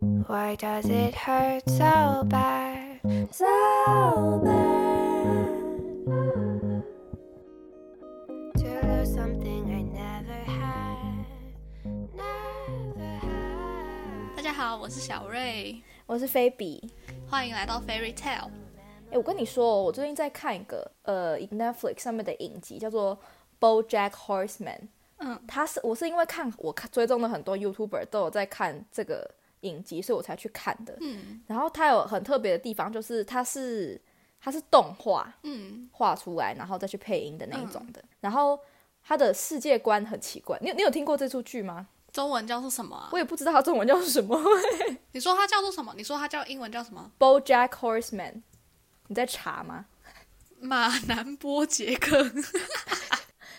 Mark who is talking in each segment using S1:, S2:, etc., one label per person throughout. S1: Why does it hurt so bad?
S2: So bad.
S1: To lose something I never had. Never had.
S3: 大家好，我是小瑞，
S2: 我是菲比。
S3: 欢迎来到 Fairy Tale。
S2: 哎、我跟你说哦，我最近在看一个呃 Netflix 上面的影集，叫做《BoJack Horseman》。
S3: 嗯，
S2: 他是我是因为看我看追踪的很多 YouTuber 都有在看这个影集，所以我才去看的。
S3: 嗯
S2: 然后它有很特别的地方，就是它是它是动画
S3: 嗯，
S2: 画出来，然后再去配音的那一种的。然后它的世界观很奇怪，你有你有听过这出剧吗？
S3: 中文叫做什么啊
S2: 我？也不知道它中文叫什么。
S3: 你说它叫做什么？你说它叫英文叫什么？
S2: BoJack Horseman，你在查吗？
S3: 马南波杰克。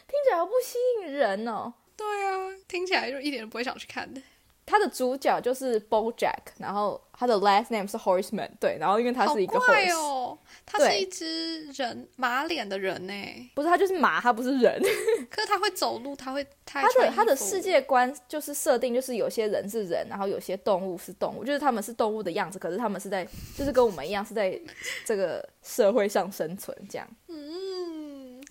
S2: 听起来好不吸引人哦。
S3: 对啊，听起来就一点都不会想去看的。
S2: 它的主角就是 BoJack，然后他的 last name 是 Horseman，对，然后因为他
S3: 好
S2: 是一个
S3: 怪
S2: horse，、
S3: 哦，它是
S2: 对
S3: 一只人马脸的人呢，
S2: 不是他就是马，他不是人。
S3: 可是它会走路，它会它
S2: 他
S3: 还
S2: 的
S3: 穿衣
S2: 他的
S3: 服
S2: 世界观就是设定就是有些人是人，然后有些动物是动物，就是他们是动物的样子，可是他们是在就是跟我们一样是在这个社会上生存这样。
S3: 嗯，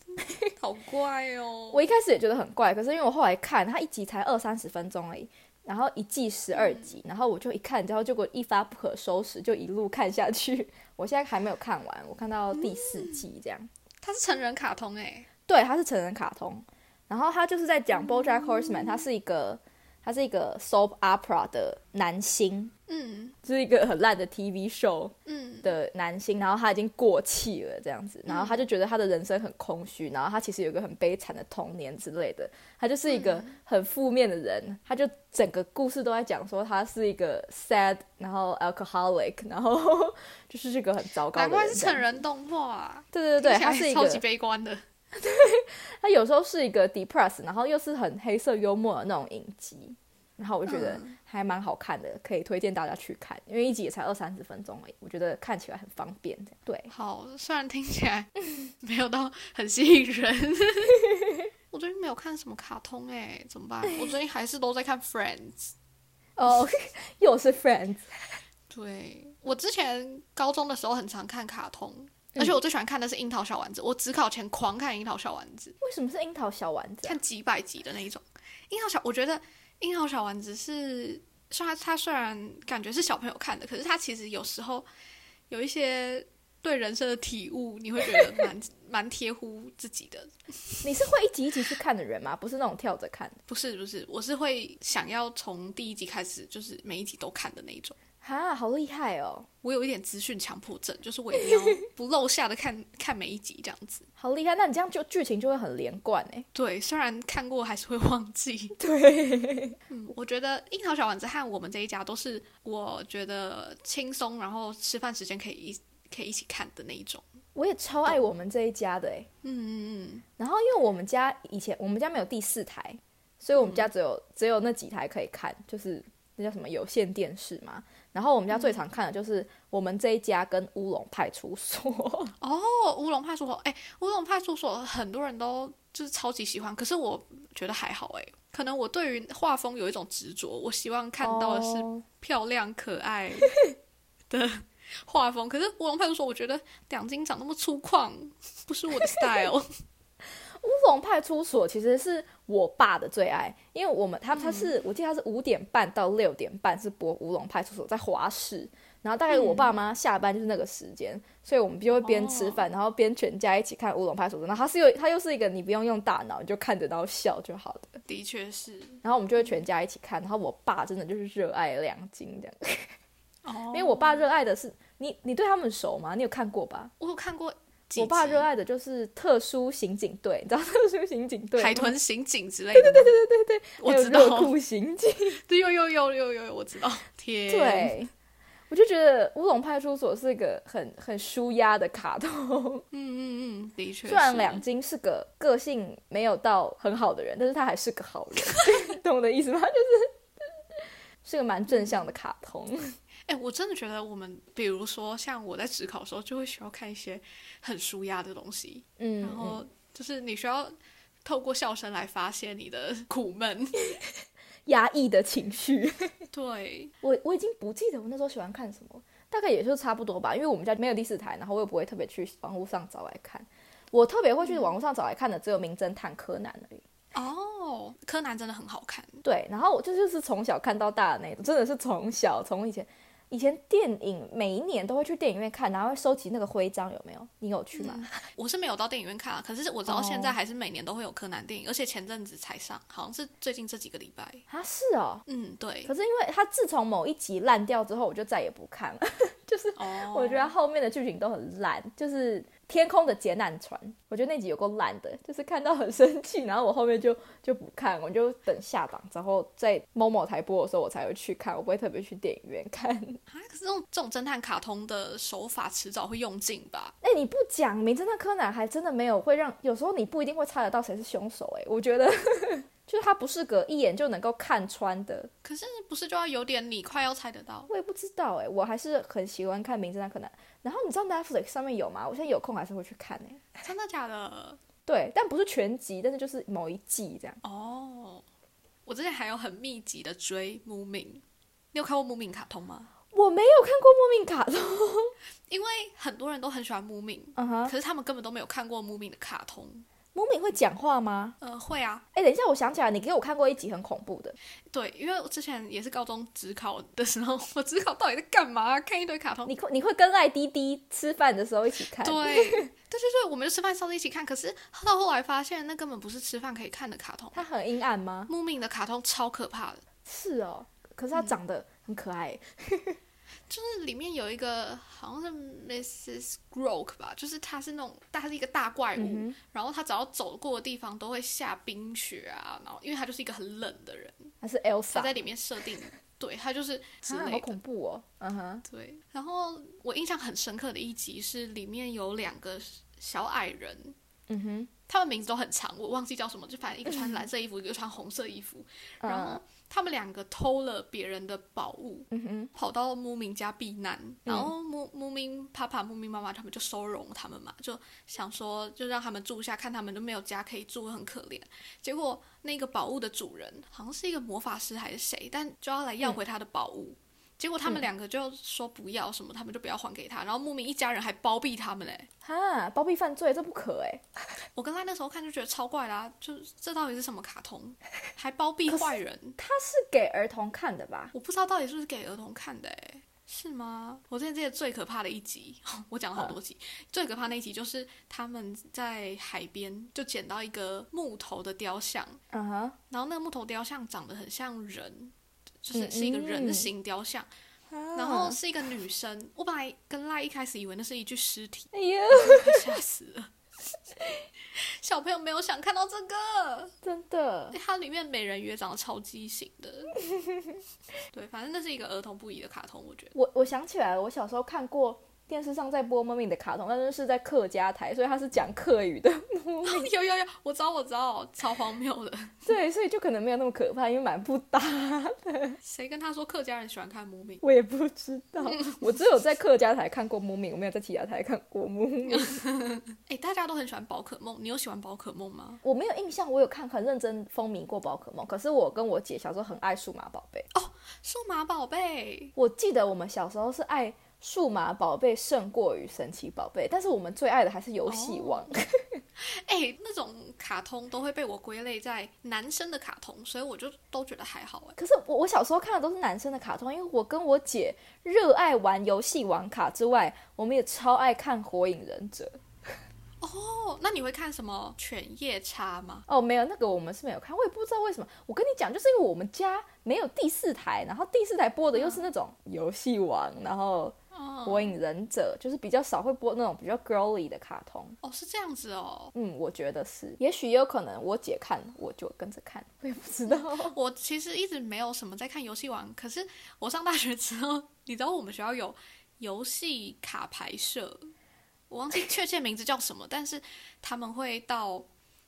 S3: 好怪哦。
S2: 我一开始也觉得很怪，可是因为我后来看，它一集才二三十分钟而已，然后一季十二集，然后我就一看，然后结果一发不可收拾，就一路看下去。我现在还没有看完，我看到第四季这样。
S3: 它是成人卡通哎，
S2: 对，它是成人卡通，然后它就是在讲 BoJack Horseman，他是一个他是一个 soap opera 的男星，
S3: 嗯
S2: 就是一个很烂的 TV show
S3: 嗯，
S2: 的男星，然后他已经过气了这样子，然后他就觉得他的人生很空虚，然后他其实有一个很悲惨的童年之类的，他就是一
S3: 嗯
S2: 个很负面的人，他就整个故事都在讲说他是一个 sad，然后 alcoholic，然后就是这个很糟糕的人，
S3: 难怪是成，人动画啊，
S2: 对对对，
S3: 听起来
S2: 他是一
S3: 超级
S2: 个
S3: 悲观的。
S2: 他有时候是一个 depress，然后又是很黑色幽默的那种影集，然后我觉得
S3: 嗯
S2: 还蛮好看的，可以推荐大家去看，因为一集也才二三十分钟而已，我觉得看起来很方便这样。对，
S3: 好，虽然听起来没有到很吸引人。我最近没有看什么卡通哎、怎么办？我最近还是都在看 Friends。
S2: 哦、 又是 Friends，
S3: 对我之前高中的时候很常看卡通，而且我最喜欢看的是《樱桃小丸子》，我只考前狂看《樱桃小丸子
S2: 为什么是樱桃小丸》，子啊、
S3: 看几百集的那一种。樱桃小，我觉得《樱桃小丸子》是，虽然它虽然感觉是小朋友看的，可是它其实有时候有一些对人生的体悟，你会觉得蛮蛮贴乎自己的。
S2: 你是会一集一集去看的人吗？不是那种跳着看的
S3: 不是不是，我是会想要从第一集开始，就是每一集都看的那一种。
S2: 哈，好厉害哦，
S3: 我有一点资讯强迫症，就是我一定要不漏下的看看每一集这样子。
S2: 好厉害！那你这样就剧情就会很连贯哎。
S3: 对，虽然看过还是会 忘记。
S2: 对，
S3: 嗯，我觉得《樱桃小丸子》和我们这一家都是我觉得轻松，然后吃饭时间可以一可以一起看的那一种。
S2: 我也超爱我们这一家的哎。
S3: 嗯嗯嗯，
S2: 然后因为我们家以前我们家没有第四台，所以我们
S3: 嗯
S2: 家只有、只有那几台可以看，就是那叫什么有线电视嘛。然后我们家
S3: 嗯
S2: 最常看的就是我们这一家跟乌龙派出所，
S3: 哦，乌龙派出所，哎，乌龙派出所很多人都就是超级喜欢，可是我觉得还好哎，可能我对于画风有一种执着，我希望看到的是
S2: 哦
S3: 漂亮 可爱的画风。可是乌龙派出所，我觉得两金长那么粗犷，不是 我的 style。
S2: 乌龙派出所其实是我爸的最爱，因为我们
S3: 嗯
S2: 他他是、我记得他是五点半到六点半是播乌龙派出所在华视，然后大概我爸妈下班就是那个时间，所以我们就会边吃
S3: 嗯
S2: 饭，然后边全家一起看乌龙派出所。然后他是又他又是一个你不用用大脑，你就看得到笑就好的。
S3: 的确是，
S2: 然后我们就会全家一起看。然后我爸真的就是热爱梁晶这样，
S3: 哦
S2: 因为我爸热爱的是你，你对他们熟吗？你有看过吧？
S3: 我有看过几集。
S2: 我爸热爱的就是特殊刑警队，你知道特殊刑警队吗
S3: 海豚刑警之类的吗，对对对对对对，我
S2: 还有
S3: 知
S2: 热
S3: 道，
S2: 酷刑警，
S3: 对，有有有有有有，我知道，天，，
S2: 对。我就觉得《乌龙派出所》是一个很很舒压的卡通，
S3: 嗯嗯嗯，的确是，
S2: 虽然两金是个个性没有到很好的人，但是他还是个好人， 懂我的意思吗？就是是个蛮正向的卡通。
S3: 哎、我真的觉得我们，比如说像我在职考的时候，就会需要看一些很舒压的东西，
S2: 嗯，
S3: 然后就是你需要透过笑声来发泄你的苦闷，
S2: 压抑的情绪。
S3: 对，
S2: 我我已经不记得我那时候喜欢看什么，大概也就差不多吧，因为我们家没有第四台，然后我也不会特别去网络上找来看。我特别会去网络上找来看的只有《名侦探柯南》而已。
S3: 哦，柯南真的很好看，
S2: 对，然后我就就是从小看到大的那种，真的是从小从以前以前电影每一年都会去电影院看，然后会收集那个徽章，有没有？你有去吗？
S3: 我是没有到电影院看啊，可是我知道
S2: 哦
S3: 现在还是每年都会有柯南电影，而且前阵子才上，好像是最近这几个礼拜。
S2: 啊，是哦。
S3: 嗯，对
S2: 可，是因为它自从某一集烂掉之后，我就再也不看了。 就是
S3: 哦，
S2: 我觉得后面的剧情都很烂，就是《天空的劫难船》，我觉得那集有够烂的，就是看到很生气，然后我后面就就不看，我就等下档，然后在某某台播的时候我才会去看，我不会特别去电影院看。
S3: 啊，可是这种这种侦探卡通的手法迟早会用尽吧？
S2: 哎、你不讲《名侦探柯南》，还真的没有会让，有时候你不一定会猜得到谁是凶手、哎，我觉得 就是他不是个一眼就能够看穿的。
S3: 可是不是就要有点你快要猜得到？
S2: 我也不知道、哎，我还是很喜欢看《名侦探柯南》。然后你知道 Netflix 上面有吗？我现在有空还是会去看、哎，
S3: 真的假的？
S2: 对，但不是全集，但是就是某一季这样。
S3: 哦，我之前还有很密集的追《m o o m i n 你有看过《m o o m i n 卡通吗？
S2: 我没有看过《莫名卡通》。
S3: 因为很多人都很喜欢《m o o m i n
S2: 嗯哼
S3: 可，是他们根本都没有看过《m o o m i n 的卡通。
S2: 莫名会讲话吗？
S3: 呃，会啊，
S2: 哎、等一下，我想起来，你给我看过一集很恐怖的。
S3: 对，因为我之前也是高中职考的时候， 我职考到底在干嘛？啊看一堆卡通。
S2: 你会你会跟赖滴滴吃饭的时候一起看？
S3: 对，对对对，我们就吃饭上次一起看，可是到后来发现那根本不是吃饭可以看的卡通。
S2: 它很阴暗吗？
S3: 木命的卡通超可怕的，
S2: 是哦，可是它长得很可爱。
S3: 就是里面有一个好像是 Mrs. Grok 吧，就是她是那种，她是一个大怪物，
S2: 嗯
S3: 然后她只要走过的地方都会下冰雪啊，然后因为她就是一个很冷的人，
S2: 哼，它是
S3: 她
S2: Elsa，
S3: 在里面设定，对她就是之
S2: 啊好
S3: 类的。
S2: 恐怖哦。嗯哼，
S3: 对，然后我印象很深刻的一集是里面有两个小矮人，
S2: 嗯哼，
S3: 他们名字都很长，我忘记叫什么，就反正一个穿蓝色衣服，一个穿红色衣服，然后
S2: 嗯
S3: 他们两个偷了别人的宝物，
S2: 嗯哼，
S3: 跑到牧民家避难，然后
S2: 嗯
S3: 牧牧民爸爸、牧民妈妈他们就收容他们嘛，就想说就让他们住下，看他们都没有家可以住，很可怜。结果那个宝物的主人好像是一个魔法师还是谁，但就要来要回他的宝物。
S2: 嗯
S3: 结果他们两个就说不要什么，他们就不要还给他。然后牧民一家人还包庇他们嘞。
S2: 哈，包庇犯罪这不可哎。
S3: 我跟他那时候看就觉得超怪啦、就是这到底是什么卡通，还包庇
S2: 可是
S3: 坏人？
S2: 它是给儿童看的吧？
S3: 我不知道到底是不是给儿童看的、欸，是吗？我之前记得最可怕的一集， 我讲
S2: 嗯
S3: 了好多集，最可怕那一集就是他们在海边就捡到一个木头的雕像，
S2: 嗯哼，
S3: 然后那个木头雕像长得很像人，就
S2: 嗯
S3: 是是一个
S2: 嗯
S3: 人形雕像，然后是一个女生。我本来跟赖一开始以为那是一具尸体，
S2: 哎 呀，
S3: 快吓死了。 小朋友没有想看到这个，
S2: 真的
S3: 欸它里面美人鱼也长得超畸形的。 对，反正那是一个儿童不宜的卡通，我觉得。
S2: 我我想起来了，我小时候看过电视上在播《猫咪的卡通》，但是是在客家台，所以它是讲客语 的。
S3: 有有有，我知道我知道，超荒谬的。
S2: 对，所以就可能没有那么可怕，因为蛮不搭。
S3: 谁跟他说客家人喜欢看《母敏》？
S2: 我也不知 道，我只有在客家台看过《木敏》，我没有在其他台看过《木敏》。
S3: 哎，大家都很喜欢宝可梦，你有喜欢宝可梦吗？
S2: 我没有印象，我有看很认真风靡过宝可梦，可是我跟我姐小时候很爱数码宝贝。
S3: 数码宝贝，
S2: 我记得我们小时候是爱数码宝贝胜过于神奇宝贝，但是我们最爱的还是游戏王。
S3: 哎，那种卡通都会被我归类在男生的卡通，所以我就都觉得还好哎。
S2: 可是我我小时候看的都是男生的卡通，因为我跟我姐热爱玩游戏王卡之外，我们也超爱看火影忍者。
S3: 哦，那你会看什么犬夜叉吗？
S2: 哦，没有那个我们是没有看，我也不知道为什么。我跟你讲，就是因为我们家没有第四台，然后第四台播的
S3: 嗯
S2: 又是那种游戏王，然后火
S3: 哦，
S2: 影忍者，就是比较少会播那种比较 girly 的卡通。
S3: 哦，是这样子哦。
S2: 嗯，我觉得是，也许也有可能我姐看我就跟着看，我也不知道。
S3: 我其实一直没有什么在看游戏王，可是我上大学之后，你知道我们学校有游戏卡牌社，我忘记确切名字叫什么，但是他们会到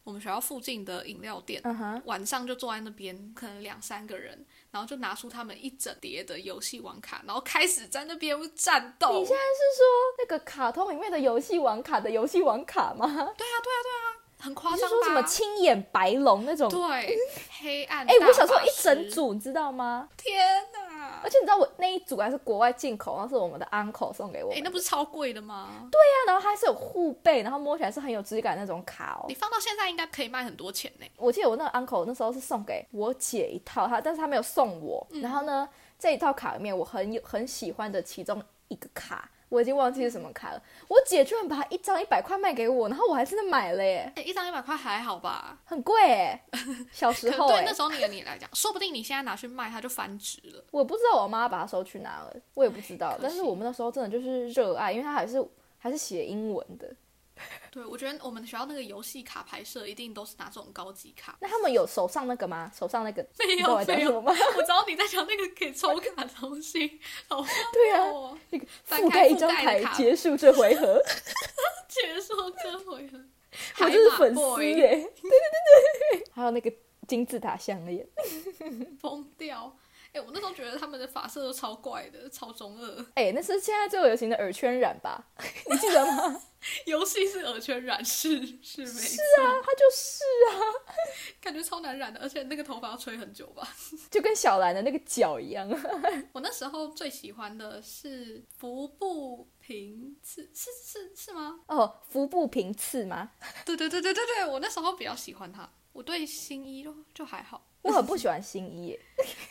S3: 我们学校附近的饮料店，
S2: 嗯哼，
S3: 晚上就坐在那边，可能两三个人，然后就拿出他们一整叠的游戏王卡，然后开始在那边战斗。
S2: 你现在是说那个卡通里面的游戏王卡的游戏王卡吗？
S3: 对啊，对啊，对啊，很
S2: 你
S3: 夸
S2: 是
S3: 张
S2: 说什么
S3: 吧？
S2: 青眼白龙那种？
S3: 对，黑暗。
S2: 哎、我小时候一整，组，你知道吗？
S3: 天哪！
S2: 而且你知道我那一组还是国外进口，然后是我们的 uncle 送给我
S3: 哎、
S2: 们的。
S3: 那不是超贵的吗？
S2: 对啊，然后它还是有护背，然后摸起来是很有质感的那种卡哦
S3: 你。放到现在应该可以卖很多钱呢、
S2: 我记得我那个 uncle 那时候是送给我姐一套，她但是她没有送我。
S3: 嗯
S2: 然后呢，这一套卡里面我很有很喜欢的其中一个卡，我已经忘记是什么卡了。我姐居然把它一张一百块卖给我，然后我还真的买了耶，
S3: 哎、一张一百块还好吧？
S2: 很贵耶，小
S3: 可
S2: 时
S3: 能
S2: 候
S3: 对
S2: 哎
S3: 那，时候你的你来讲，说不定你现在拿去卖，它就翻值了。
S2: 我不知道我妈把它收去哪了，我也不知道
S3: 可。惜
S2: 但是我们那时候真的就是热爱，因为它还是还是写英文的。
S3: 对，我觉得我们学校那个游戏卡拍摄一定都是拿这种高级卡。
S2: 那他们有手上那个吗？手上那个
S3: 没有
S2: 你知道我在讲什么吗？
S3: 我知道你在讲那个可以抽卡的东西，好荒
S2: 对啊
S3: 谬哦！
S2: 那个
S3: 翻
S2: 覆
S3: 开
S2: 盖
S3: 覆
S2: 一张
S3: 盖
S2: 牌
S3: 的卡
S2: 结束这回 合，
S3: 结束这回合，
S2: 我就是粉丝
S3: 海马
S2: 哎、
S3: boy
S2: 对对对对，还有那个金字塔项链，
S3: 疯掉！哎、我那时候觉得他们的发色都超怪的，超中二。
S2: 哎、那是现在最流行的耳圈染吧？你记得吗？
S3: 游戏是耳圈染，是是没错，
S2: 啊，它就是啊，
S3: 感觉超难染的，而且那个头发要吹很久吧。
S2: 就跟小兰的那个脚一样。啊
S3: 我那时候最喜欢的是服部平次，是是是吗？
S2: 哦，服部平次吗？
S3: 对对对对对对，我那时候比较喜欢他。我对新一就就还好，
S2: 我很不喜欢新一耶，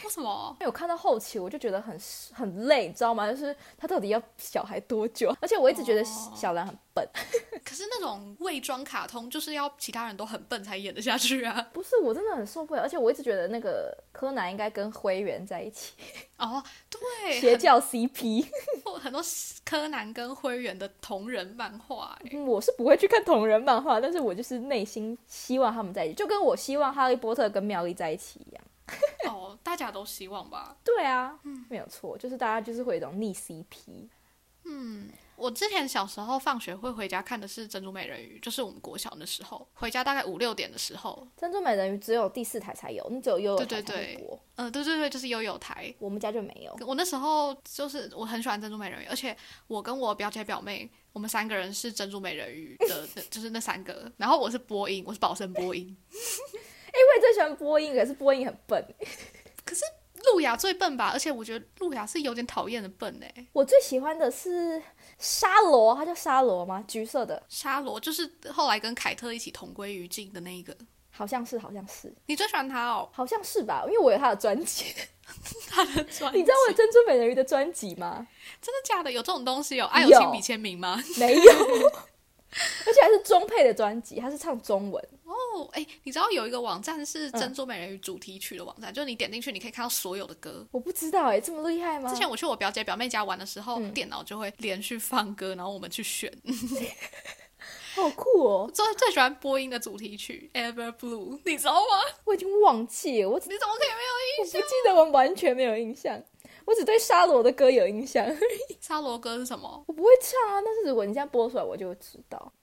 S3: 为什么？
S2: 因为我看到后期我就觉得很很累，你知道吗？就是他到底要小孩多久？而且我一直觉得
S3: 哦
S2: 小兰很笨，
S3: 可是那种伪装卡通，就是要其他人都很笨才演得下去啊。
S2: 不是我真的很受不了，而且我一直觉得那个柯南应该跟灰原在一起，
S3: 哦，对，
S2: 邪教 CP。
S3: 很多很多柯南跟灰原的同人漫画、 欸，
S2: 嗯我是不会去看同人漫画，但是我就是内心希望他们在一起，就跟我希望哈利波特跟妙丽在一起一样。
S3: 哦，大家都希望吧。
S2: 对啊，没有错，就是大家就是会有一种逆 CP。
S3: 我之前小时候放学会回家看的是《珍珠美人鱼》，就是我们国小的时候，回家大概五六点的时候，
S2: 珍珠美人鱼只有第四台才有，你只有悠悠台
S3: 对对
S2: 才
S3: 对
S2: 有播，
S3: 呃，对对对，就是悠悠台。
S2: 我们家就没有。
S3: 我那时候就是我很喜欢珍珠美人鱼，而且我跟我表姐表妹，我们三个人是珍珠美人鱼 的，那就是那三个。然后我是播音，我是保生播音。
S2: 哎、我也最喜欢播音，可是播音很笨。欸
S3: 路亚最笨吧，而且我觉得路亚是有点讨厌的笨哎、
S2: 我最喜欢的是沙罗，他叫沙罗吗？橘色的，
S3: 沙罗就是后来跟凯特一起同归于尽的那一个，
S2: 好像是，好像是，
S3: 你最喜欢他哦？
S2: 好像是吧？因为我有他的专辑，
S3: 他的专辑，
S2: 你知道我有珍珠美人鱼的专辑吗？
S3: 真的假的？有这种东西哦？爱有
S2: 有
S3: 亲笔签名吗？
S2: 没有， 而且还是中配的专辑，他是唱中文。
S3: 哦，哎，你知道有一个网站
S2: 嗯
S3: 是《珍珠美人鱼》主题曲的网站，就是你点进去，你可以看到所有的歌。
S2: 我不知道哎、这么厉害吗？
S3: 之前我去我表姐表妹家玩的时候，
S2: 嗯
S3: 电脑就会连续放歌，然后我们去选。
S2: 好酷哦
S3: 我，最最喜欢播音的主题曲《Ever Blue》，你知道吗？
S2: 我已经忘记了，我只
S3: 你怎么可以没有
S2: 我不记得，我完全没有印象。我只对沙罗的歌有印 象，
S3: 印象？沙罗歌是什么？
S2: 我不会唱啊。但是如果你这样播出来，我就会知道，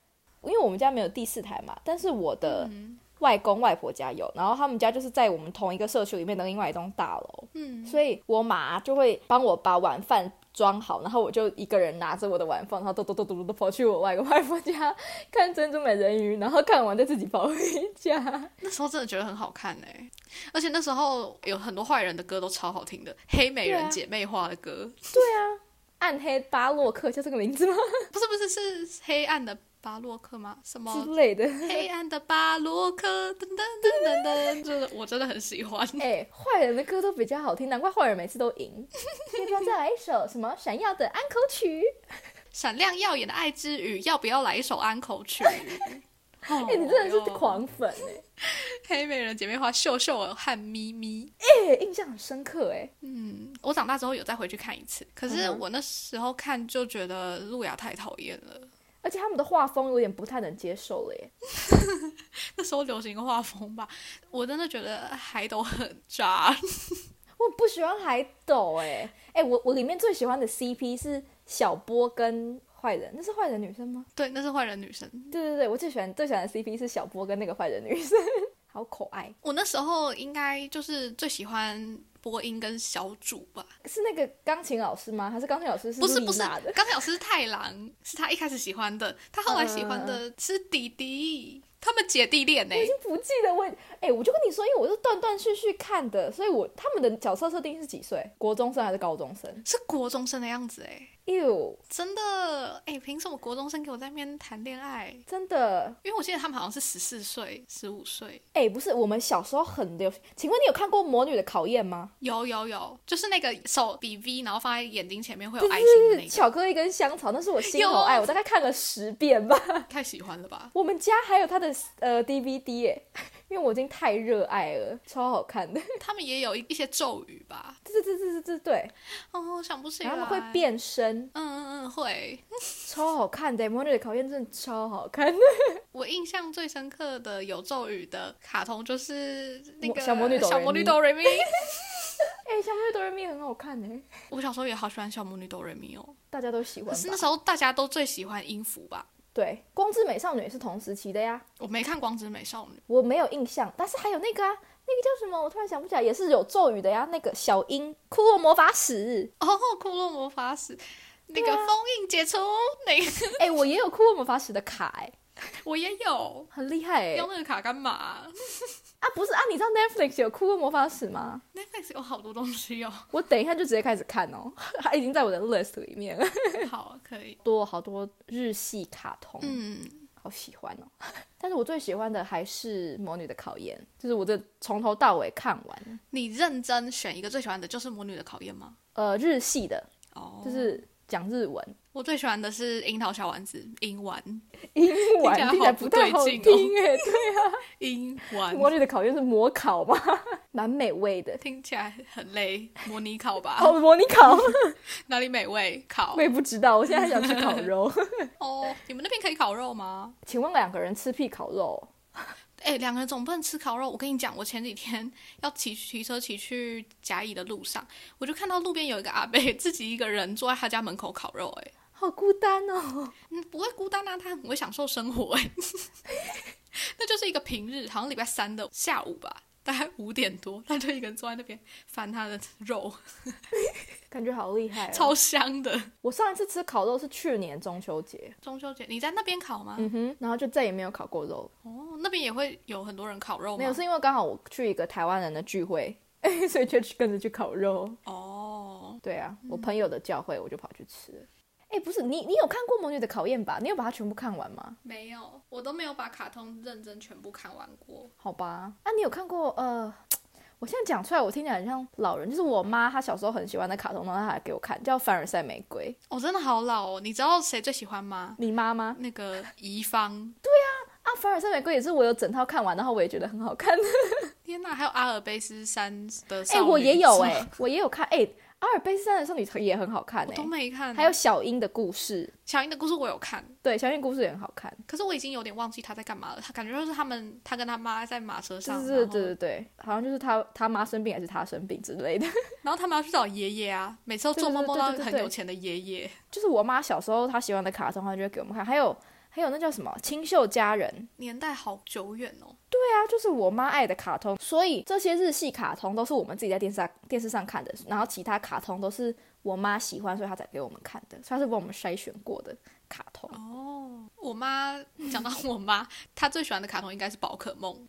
S2: 因为我们家没有第四台嘛。但是我的
S3: 嗯
S2: 外公外婆家有，然后他们家就是在我们同一个社区里面的另外一栋大楼，
S3: 嗯，
S2: 所以我妈就会帮我把晚饭装好，然后我就一个人拿着我的晚饭，然后嘟嘟嘟嘟嘟跑去我外公外婆家看《珍珠美人鱼》，然后看完再自己跑回家。
S3: 那时候真的觉得很好看哎、而且那时候有很多坏人的歌都超好听的，《黑美
S2: 对
S3: 人
S2: 啊
S3: 姐妹花》的歌，
S2: 对啊，暗黑巴洛克叫这个名字吗？
S3: 不是不是是黑暗的巴洛克吗？什么
S2: 之类的。
S3: 黑暗的巴洛克，噔噔噔噔噔，就是我真的很喜欢。
S2: 哎、坏人的歌都比较好听，难怪坏人每次都赢。 要不要再来一首什么闪耀的安可曲？
S3: 闪亮耀眼的爱之语，要不要来一首安口曲？哎
S2: 哎、你真的是狂
S3: 哦
S2: 粉哎、
S3: 黑美人姐妹花，秀秀儿和咪咪。
S2: 哎、印象很深刻哎、
S3: 嗯，我长大之后有再回去看一次，可是
S2: 嗯哼
S3: 我那时候看就觉得路亚太讨厌了。
S2: 而且他们的画风有点不太能接受了耶。
S3: 那时候流行画风吧，我真的觉得海斗很渣。
S2: 我不喜欢海斗哎、哎、我我里面最喜欢的 CP 是小波跟坏人，那是坏人女生吗？
S3: 对，那是坏人女生。
S2: 对对对，我最喜欢最喜欢的 CP 是小波跟那个坏人女生， 好可爱。
S3: 我那时候应该就是最喜欢播音跟小主吧，
S2: 是那个钢琴老师吗？还是钢琴老师是
S3: 不是
S2: 丽
S3: 不是
S2: 娜的？，嗯
S3: 刚才老师是太郎，是他一开始喜欢的，他后来喜欢的是弟弟。他们姐弟恋呢、欸
S2: 我已经不记得我，哎、我就跟你说，因为我是断断续续看的，所以我他们的角色设定是几岁？国中生还是高中生？
S3: 是国中生的样子哎、
S2: 哟，
S3: 真的哎，凭什么国中生给我在那边谈恋爱？
S2: 真的，
S3: 因为我记得他们好像是十四岁、十五岁，
S2: 哎、不是，我们小时候很流行。请问你有看过《魔女的考验》吗？
S3: 有有有，就是那个手比 V，然后放在眼睛前面会有
S2: 就
S3: 哦爱心的
S2: 是
S3: 那个，
S2: 巧克力跟香草，那是我心头哎
S3: 有啊
S2: 爱，我大概看了十遍吧。
S3: 太喜欢了吧？
S2: 我们家还有它的呃 DVD 哎，因为我已经太热爱了，超好看的。
S3: 他们也有一一些咒语吧？
S2: 对对对对对对，
S3: 哦，想不起来。
S2: 然后他们会，变身，
S3: 嗯嗯嗯，会。
S2: 超好看的。魔女的考验真的超好看的，
S3: 我印象最深刻的有咒语的卡通就是那个
S2: 小魔女哆
S3: 小
S2: 瑞
S3: 魔女
S2: 咪
S3: 哆瑞咪。
S2: 哎、小魔女哆瑞咪很好看哎，
S3: 我小时候也好喜欢小魔女哆瑞咪哦，
S2: 大家都喜欢
S3: 可是那
S2: 吧？
S3: 时候大家都最喜欢音符吧？
S2: 对，光之美少女也是同时期的呀，
S3: 我没看《光之美少女》，
S2: 我没有印象，但是还有那个啊，那个叫什么？我突然想不起来，也是有咒语的呀，那个小樱骷髅魔法使。
S3: 哦， 骷髅魔法使。那个封印解除，那个
S2: 哎、我也有骷髅魔法使的卡哎，
S3: 我也有，
S2: 很厉害哎。
S3: 要那个卡干嘛
S2: 啊，不是啊，你知道 Netflix 有骷髅魔法使吗？
S3: ？Netflix 有好多东西哦。
S2: 我等一下就直接开始看哦， 它已经在我的 list 里面了。
S3: 好，可以。
S2: 多好多日系卡通，
S3: 嗯，
S2: 好喜欢哦。 但是我最喜欢的还是《魔女的考验》，就是我这从头到尾看完。
S3: 你认真选一个最喜欢的就是《魔女的考验》吗？
S2: 呃，日系的，
S3: 哦，
S2: 就是讲日文，
S3: 我最喜欢的是樱桃小丸子，樱丸，
S2: 英文
S3: 听起来
S2: 听起来
S3: 好不
S2: 太好
S3: 对
S2: 听
S3: 劲哦
S2: 哎。对
S3: 樱丸，
S2: 魔女的考验是模考吗？ 蛮美味 的。
S3: 听起来很累，模拟考 吧？
S2: 哦，模拟 烤，
S3: 哪里美味？烤
S2: 我也不知道。我现在想吃烤 肉，
S3: 哦，你们那边可以烤肉吗？
S2: 请问两个人吃屁烤肉？
S3: 哎、两个人总不能吃烤肉。我跟你讲，我前几天 要骑骑车骑去甲乙的路上，我就看到路边有一个阿伯 自己一个人坐在他家门口烤肉、哎，
S2: 好孤单哦。
S3: 嗯，不会孤单啊，他很会享受生活、哎， 那就是一个平日，好像礼拜三的下午吧，大概五点多，他就一个人坐在那边翻他的肉，
S2: 感觉好厉害、哦！
S3: 超香的。
S2: 我上一次吃烤肉是去年中秋节，
S3: 中秋节你在那边烤吗？
S2: 嗯哼，然后就再也没有烤过肉。
S3: 哦，那边也会有很多人烤肉吗？
S2: 没有，是因为刚好我去一个台湾人的聚会， 所以就去跟着去烤肉。
S3: 哦，
S2: 对啊，我朋友的教会我就跑去吃了。哎、不是你，你有看过《魔女的考验》吧？你有把它全部看完吗？
S3: 没有，我都没有把卡通认真全部看完过。
S2: 好吧，啊，你有看过？呃，我现在讲出来，我听起来很像老人，就是我妈她小时候很喜欢的卡通，然后她还给我看，叫《凡尔赛玫瑰》。
S3: 我、真的好老哦，你知道谁最喜欢吗？
S2: 你妈吗？
S3: 那个怡芳，
S2: 啊，《凡尔赛玫瑰》也是我有整套看完，然后我也觉得很好看。
S3: 天哪，还有阿尔卑斯山的 少
S2: 哎、
S3: 女，
S2: 我也有
S3: 是吗
S2: 哎、我也有看哎、阿尔卑斯山的少女也很好看
S3: 我
S2: 哎、
S3: 都没看。
S2: 还有小樱的故事，
S3: 小樱的故事我有看，
S2: 对，小樱故事也很好看。
S3: 可是我已经有点忘记她在干嘛了。她感觉就是他们，她跟她妈在马车
S2: 对
S3: 上，
S2: 对对对对，好像就是他他妈生病还是他生病之类的。
S3: 然后，然后他们要去找爷爷啊，每次都做梦
S2: 对对
S3: 梦
S2: 对
S3: 到
S2: 对对
S3: 很
S2: 对
S3: 有钱的爷爷。
S2: 就是我妈小时候她喜欢的卡通，她就会给我们看。还有还有那叫什么《清秀佳人》，
S3: 年代好久远哦，
S2: 对啊，就是我妈爱的卡通。所以这些日系卡通都是我们自己在电视上电视上看的，然后其他卡通都是我妈喜欢，所以她才给我们看的，所以她是帮我们筛选过的卡通。
S3: 我妈讲到我妈，她最喜欢的卡通应该是宝可梦，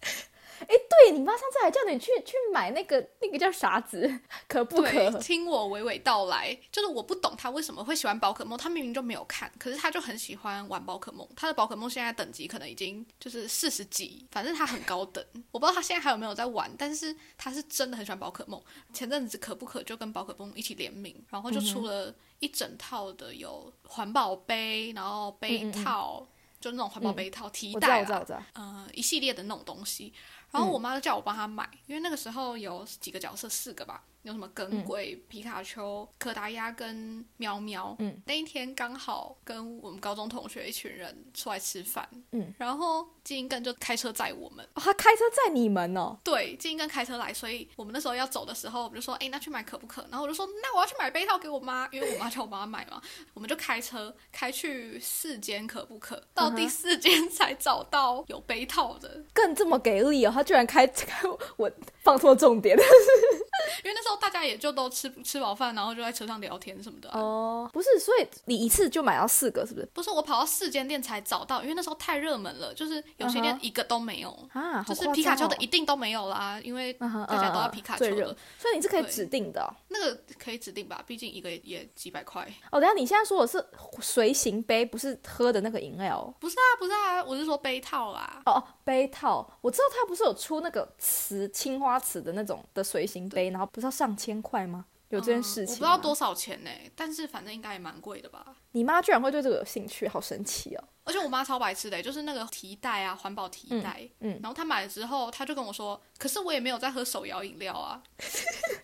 S2: 对你妈上次还叫你去去买那个那个叫啥子， 可不可
S3: 对，？听我娓娓道来，就是我不懂她为什么会喜欢宝可梦，她明明就没有看，可是她就很喜欢玩宝可梦。她的宝可梦现在等级可能已经就是四十级，反正她很高等，我不知道她现在还有没有在玩，但是她是真的很喜欢宝可梦。前阵子可不可就跟宝可梦一起联名，然后就出了一整套的有环保杯，然后杯
S2: 嗯嗯嗯
S3: 套，就那种环保杯套、提
S2: 我知道，
S3: 袋
S2: 我知道，
S3: 啊
S2: 我，知道。
S3: 呃一系列的那种东西，然
S2: 嗯
S3: 后我妈就叫我帮她买，因为那个时候有几个角色，四个吧，有什么
S2: 嗯
S3: 耿鬼、皮卡丘、柯达鸭跟喵喵。
S2: 嗯，
S3: 那一天刚好跟我们高中同学一群人出来吃饭，
S2: 嗯，
S3: 然后金英根就开车载我们。
S2: 哦，她开车载你们哦，
S3: 对，金英根开车来，所以我们那时候要走的时候，我们就说，哎，那去买可不可？然后我就说，那我要去买杯套给我妈，因为我妈叫我帮她买嘛。我们就开车开去四间可不可，到
S2: 嗯
S3: 第
S2: 哼
S3: 四间才找到有杯套的。
S2: 更这么给力哦，她居然开开我放错重点。
S3: 因为那时候大家也就都吃吃饱饭，然后就在车上聊天什么的啊、
S2: 哦，不是，所以你一次就买到四个，是不是？
S3: 不是我跑到四间店才找到，因为那时候太热门了，就是有些
S2: 嗯
S3: 店
S2: 哼
S3: 一个都没有
S2: 啊，好
S3: 就是
S2: 夸
S3: 皮卡丘
S2: 张
S3: 的
S2: 哦
S3: 一，定都没有啦，因为
S2: 嗯哼
S3: 大家都要
S2: 嗯嗯
S3: 皮卡丘
S2: 最
S3: 的
S2: 热，所以你是可以
S3: 对
S2: 指定的哦。
S3: 那个可以指定吧，毕竟一个也也几百块。
S2: 哦，等一下你现在说我是随行杯，不是喝的那个饮料哦。
S3: 不是啊，不是啊，我是说杯套啦。
S2: 哦，杯套，我知道它不是有出那个瓷青花瓷的那种的随行杯，然后不是要上千块吗？有这件事
S3: 哦我
S2: 情、
S3: 不知道多，少钱呢、但是反正应该也蛮贵的吧。
S2: 你妈居然会对这个有兴趣，好神奇哦！
S3: 而且我妈超白痴的、就是那个提袋啊，环保提袋。
S2: 嗯嗯
S3: 然后她买了之后，她就跟我说：“可是我也没有在喝手摇饮料啊，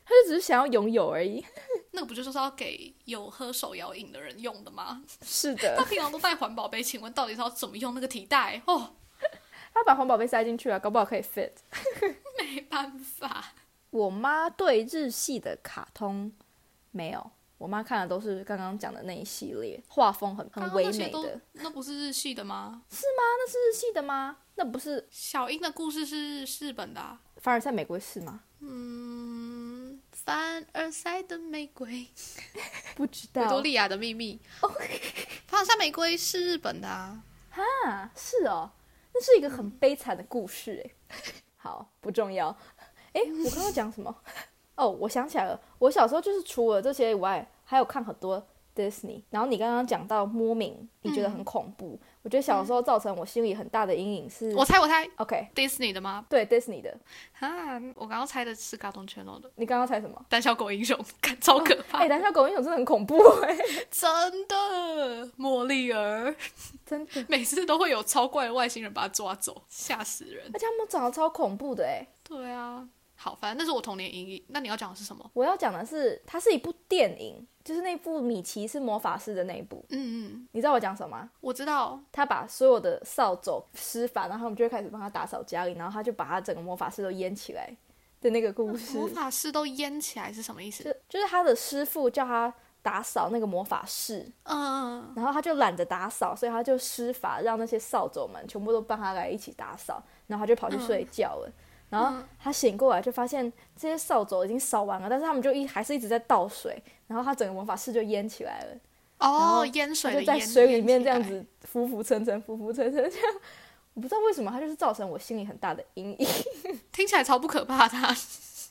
S2: 她就只是想要拥有而 已。
S3: 那个不就是要给有喝手摇饮的人用的吗？
S2: 是的
S3: 她，平常都带环保杯，请问到底是要怎么用那个提袋？哦，
S2: 她把环保杯塞进去了，搞不好可以 fit。
S3: 没办法，
S2: 我妈对日系的卡通没有，我妈看的都是刚刚讲的那一系列，画风很
S3: 刚
S2: 很
S3: 刚
S2: 唯
S3: 那些
S2: 美
S3: 都
S2: 的。
S3: 那不是日系的吗？
S2: 那是日系的吗？那不是
S3: 小樱的故事是日本的、啊，
S2: 凡尔赛玫瑰是吗？
S3: 嗯，凡尔赛的玫瑰。”
S2: 不知
S3: 维多
S2: 道
S3: 利亚的秘密。
S2: 哦
S3: 凡尔赛玫瑰是日本的啊，
S2: 啊，是哦，那是一个很悲惨的故事哎。 好，不重要。哎，我刚刚讲什么？ 哦，我想起来了，我小时候就是除了这些以外，还有看很多 Disney。然后你刚刚讲到莫名，你觉得很恐怖，我觉得小时候造成我心里很大的阴影是
S3: 我猜我猜
S2: OK。
S3: Disney 的吗？
S2: 对 Disney 的，
S3: 啊，我刚刚猜的是 Cartoon Channel 的《
S2: 你刚刚猜什么？
S3: 胆小狗英雄》，看超可怕，
S2: 哎、胆小狗英雄真的很恐怖哎、
S3: 真的。茉莉儿
S2: 真的，
S3: 每次都会有超怪的外星人把他抓走，吓死人
S2: 而。且他们长得超恐怖的哎、
S3: 对啊，好，反正那是我童年阴影。那你要讲的是什么？
S2: 我要讲的是，它是一部电影，就是那部米奇是魔法师的那一部，
S3: 嗯嗯，
S2: 你知道我讲什么吗？
S3: 我知道，
S2: 他把所有的扫帚施法，然后他们就会开始帮他打扫家里，然后他就把他整个魔法师都淹起来的那个故事
S3: 魔，法师都淹起来是什么意
S2: 就
S3: 思？
S2: 就是他的师傅叫他打扫那个魔法室，
S3: 嗯，
S2: 然后他就懒得打扫，所以他就施法让那些扫帚们全部都帮他来一起打扫，然后他就跑去睡觉了。然后他醒过来就发现这些扫帚已经扫完了，但是他们就一还是一直在倒水，然后他整个魔法室就淹起来了。后
S3: 哦，淹
S2: 他
S3: 水
S2: 就
S3: 的
S2: 在
S3: 淹，
S2: 水里面
S3: 淹起
S2: 这样
S3: 来
S2: 子浮浮沉沉，浮浮沉沉这样。我不知道为什么，它就是造成我心里很大的阴影。
S3: 听起来超不可怕的啊、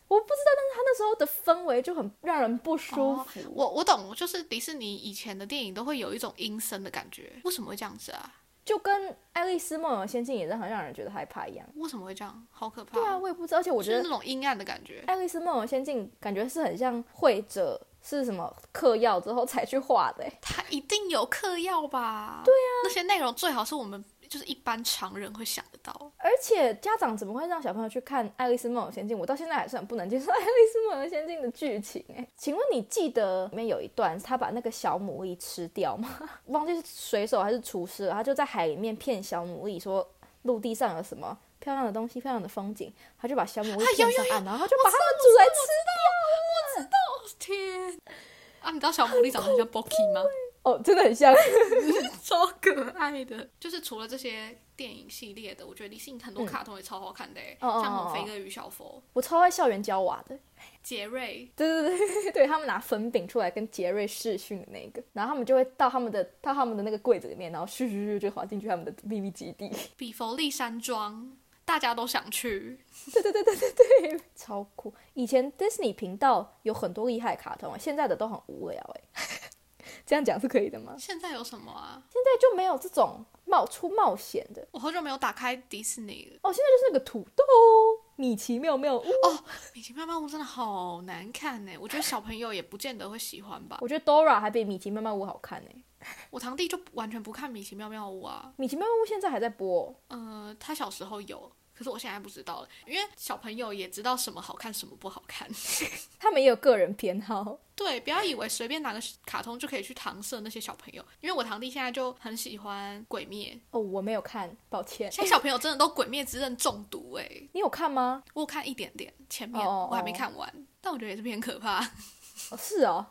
S2: 我不知道，但是他那时候的氛围就很让人不舒
S3: 哦
S2: 服。
S3: 我我懂，就是迪士尼以前的电影都会有一种阴森的感觉，为什么会这样子啊？
S2: 就跟《爱丽丝梦游仙境》也让很让人觉得害怕一样。
S3: 为什么会这样？好可怕！
S2: 对啊，我也不知道，而且我
S3: 就
S2: 觉
S3: 哦是
S2: 得
S3: 那种阴暗的感觉。
S2: 《爱丽丝梦游仙境》感觉是很像会者是什么嗑药之后才去画的欸、
S3: 它一定有嗑药吧？对啊，那些内容最好是我们就是一般常人会想得到。
S2: 而且家长怎么会让小朋友去看《爱丽丝梦游仙境》？我到现在还是很不能接受《爱丽丝梦游仙境》的剧情哎、 请问你记得里面有一段他把那个小牡蛎吃掉吗？ 忘记是水手还是厨师了，他就在海里面骗小牡蛎说陆地上有什么漂亮的东西、漂亮的风景，他就把小牡蛎骗上岸，然后他就把它们煮来吃。
S3: 天啊！你知道小狐狸长得很像 Boki 吗？
S2: 哦，真的很像。
S3: 超可爱的。就是除了这些电影系列的，我觉得迪士尼很
S2: 嗯
S3: 多卡通也超好看的欸、
S2: 哦哦
S3: 像
S2: 哦
S3: 《
S2: 哦
S3: 飞哥与小佛》、
S2: 我超爱校园娇娃的，
S3: 杰瑞，
S2: 对对对对对，他们拿粉饼出来跟杰瑞试训的那个，然后他们就会到他们的到他们的那个柜子里面，然后咻咻咻就滑进去他们的秘密基地。
S3: 比佛利山庄，大家都想去。
S2: 超酷！以前 Disney 频道有很多厉害的卡通，现在的都很无聊哎。 这样讲是可以的吗？
S3: 现在有什么啊？
S2: 现在就没有这种冒出冒险的
S3: 我好久没有打开迪士尼了。
S2: 哦，现在就是那个土豆米奇妙妙屋。
S3: 哦，米奇妙妙屋真的好难看欸呢，我觉得小朋友也不见得会喜欢吧。
S2: 我觉得 Dora 还比米奇妙妙屋好看哎。
S3: 我堂弟就完全不看米奇妙妙屋啊，
S2: 米奇妙妙屋现在还在播哦、
S3: 呃，他小时候有，可是我现在不知道了，因为小朋友也知道什么好看，什么不好看。
S2: 他们也有个人偏好。
S3: 对，不要以为随便拿个卡通就可以去搪塞那些小朋友，因为我堂弟现在就很喜欢《鬼灭
S2: 哦，我没有看，抱歉》，。
S3: 现在小朋友真的都《鬼灭之刃》中毒哎，
S2: 你有看吗？
S3: 我有看一点点，前面
S2: 哦哦哦
S3: 我还没看完但我觉得也是偏可怕。
S2: 哦，是哦，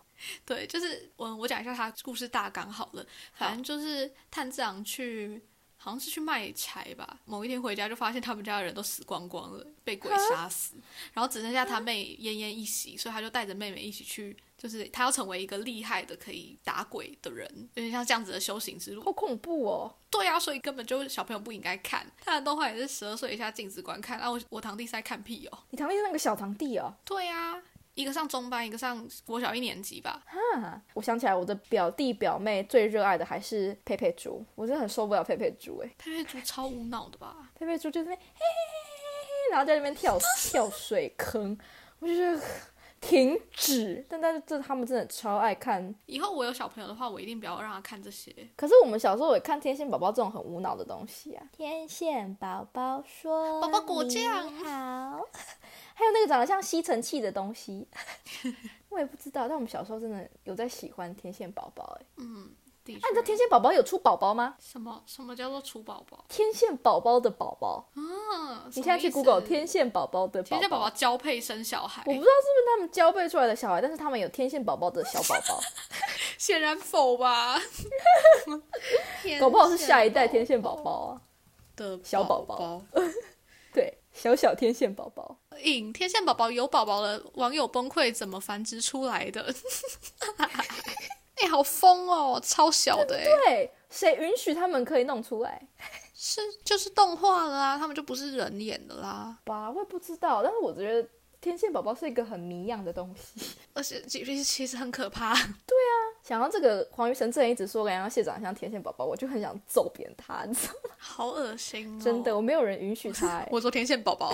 S3: 对，就是我我讲一下他故事大纲好了。反正就是炭治郎去好像是去卖柴吧。某一天回家就发现他们家的人都死光光了，被鬼杀死，然后只剩下他妹奄奄一息，所以他就带着妹妹一起去，就是他要成为一个厉害的可以打鬼的人，有点像这样子的修行之路。
S2: 好恐怖哦！
S3: 对啊，所以根本就小朋友不应该看，他的动画也是十二岁以下禁止观看。啊，我我堂弟是在看屁哦。
S2: 你堂弟是那个小堂弟哦，
S3: 对啊，一个上中班，一个上国小一年级吧。
S2: 哈！啊我想起来，我的表弟表妹最热爱的还是佩佩猪，我真的很受不了佩佩猪哎、
S3: 佩佩猪超无脑的吧？
S2: 佩佩猪就在那边嘿嘿嘿嘿嘿，然后在那边跳跳水坑，我就觉得停止。但但是这他们真的超爱看，
S3: 以后我有小朋友的话，我一定不要让他看这些。
S2: 可是我们小时候也看天线宝宝这种很无脑的东西啊。天线宝宝说
S3: 宝宝果酱
S2: 你好， 还有那个长得像吸尘器的东西， 我也不知道。但我们小时候真的有在喜欢天线宝宝哎、
S3: 嗯，的
S2: 哎那、你知道
S3: 确
S2: 天线宝宝有出宝宝吗？
S3: 什么什么叫做厨宝宝？
S2: 天线宝宝的宝宝，
S3: 嗯，
S2: 你现在去 Google 天线宝宝的宝
S3: 天线宝
S2: 宝
S3: 宝，交配生小孩
S2: 我，不知道是不是他们交配出来的小孩，但是他们有天线宝宝的小宝宝，
S3: 显然否吧？
S2: 搞不好是下一代天线宝宝啊。
S3: 的
S2: 小宝
S3: 宝
S2: 宝。对，小小天线宝宝，
S3: 引天线宝宝有宝宝了，网友崩溃，怎么繁殖出来的？ 哎、好疯哦，超小的哎、
S2: 对，谁允许他们可以弄出来？
S3: 是就是动画了啊，他们就不是人演的啦。
S2: 吧，我也不知道，但是我觉得天线宝宝是一个很迷样的东西。
S3: 而且其实其实很可怕，
S2: 想到这个，黄玉神正一直说人家蟹长像天线宝宝，我就很想揍扁他，你知道吗
S3: 好恶心、哦，
S2: 真的，。我没有人允许他、欸。
S3: 我说天线 宝宝，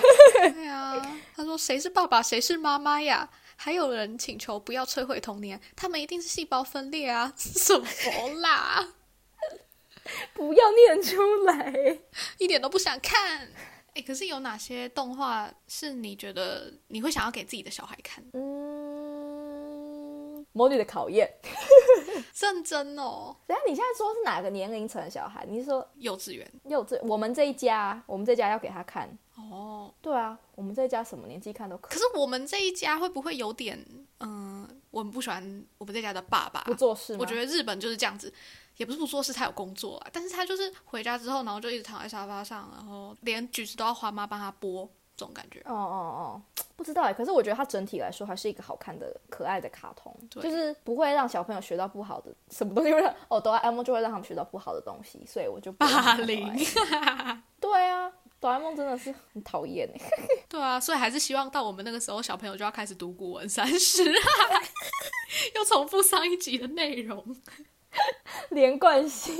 S3: 对啊，他说谁是爸爸，谁是妈妈呀？还有人请求不要摧毁童年，他们一定是细胞分裂啊！ 什么啦，
S2: 不要念出来。
S3: 一点都不想看。哎，可是有哪些动画是你觉得你会想要给自己的小孩看？
S2: 嗯，魔女的考验。
S3: 认真哦，
S2: 等一下你现在说是哪个年龄层的小孩？你是说
S3: 幼稚园
S2: 幼稚？我们这一家，我们这一家要给他看。
S3: 哦。
S2: 对啊，我们这一家什么年纪看都可
S3: 可
S2: 以，
S3: 是我们这一家会不会有点，嗯、我很不喜欢我们这家的爸爸，
S2: 不做事吗？
S3: 我觉得日本就是这样子，也不是不做事，他有工作啊，但是他就是回家之后，然后就一直躺在沙发上，然后连橘子都要花妈帮他剥，这种感觉。啊
S2: 哦哦哦，不知道哎。可是我觉得它整体来说还是一个好看的、可爱的卡通，
S3: 对
S2: 就是不会让小朋友学到不好的什么东西，会让哦，哆啦 A 梦就会让他们学到不好的东西，所以我就不会让他
S3: 霸
S2: 们 看哆啦 A
S3: 凌
S2: 梦。，对啊，哆啦 A 梦真的是很讨厌哎。
S3: 对啊，所以还是希望到我们那个时候，小朋友就要开始读古文三十，啊 又重复上一集的内容。
S2: 连贯性。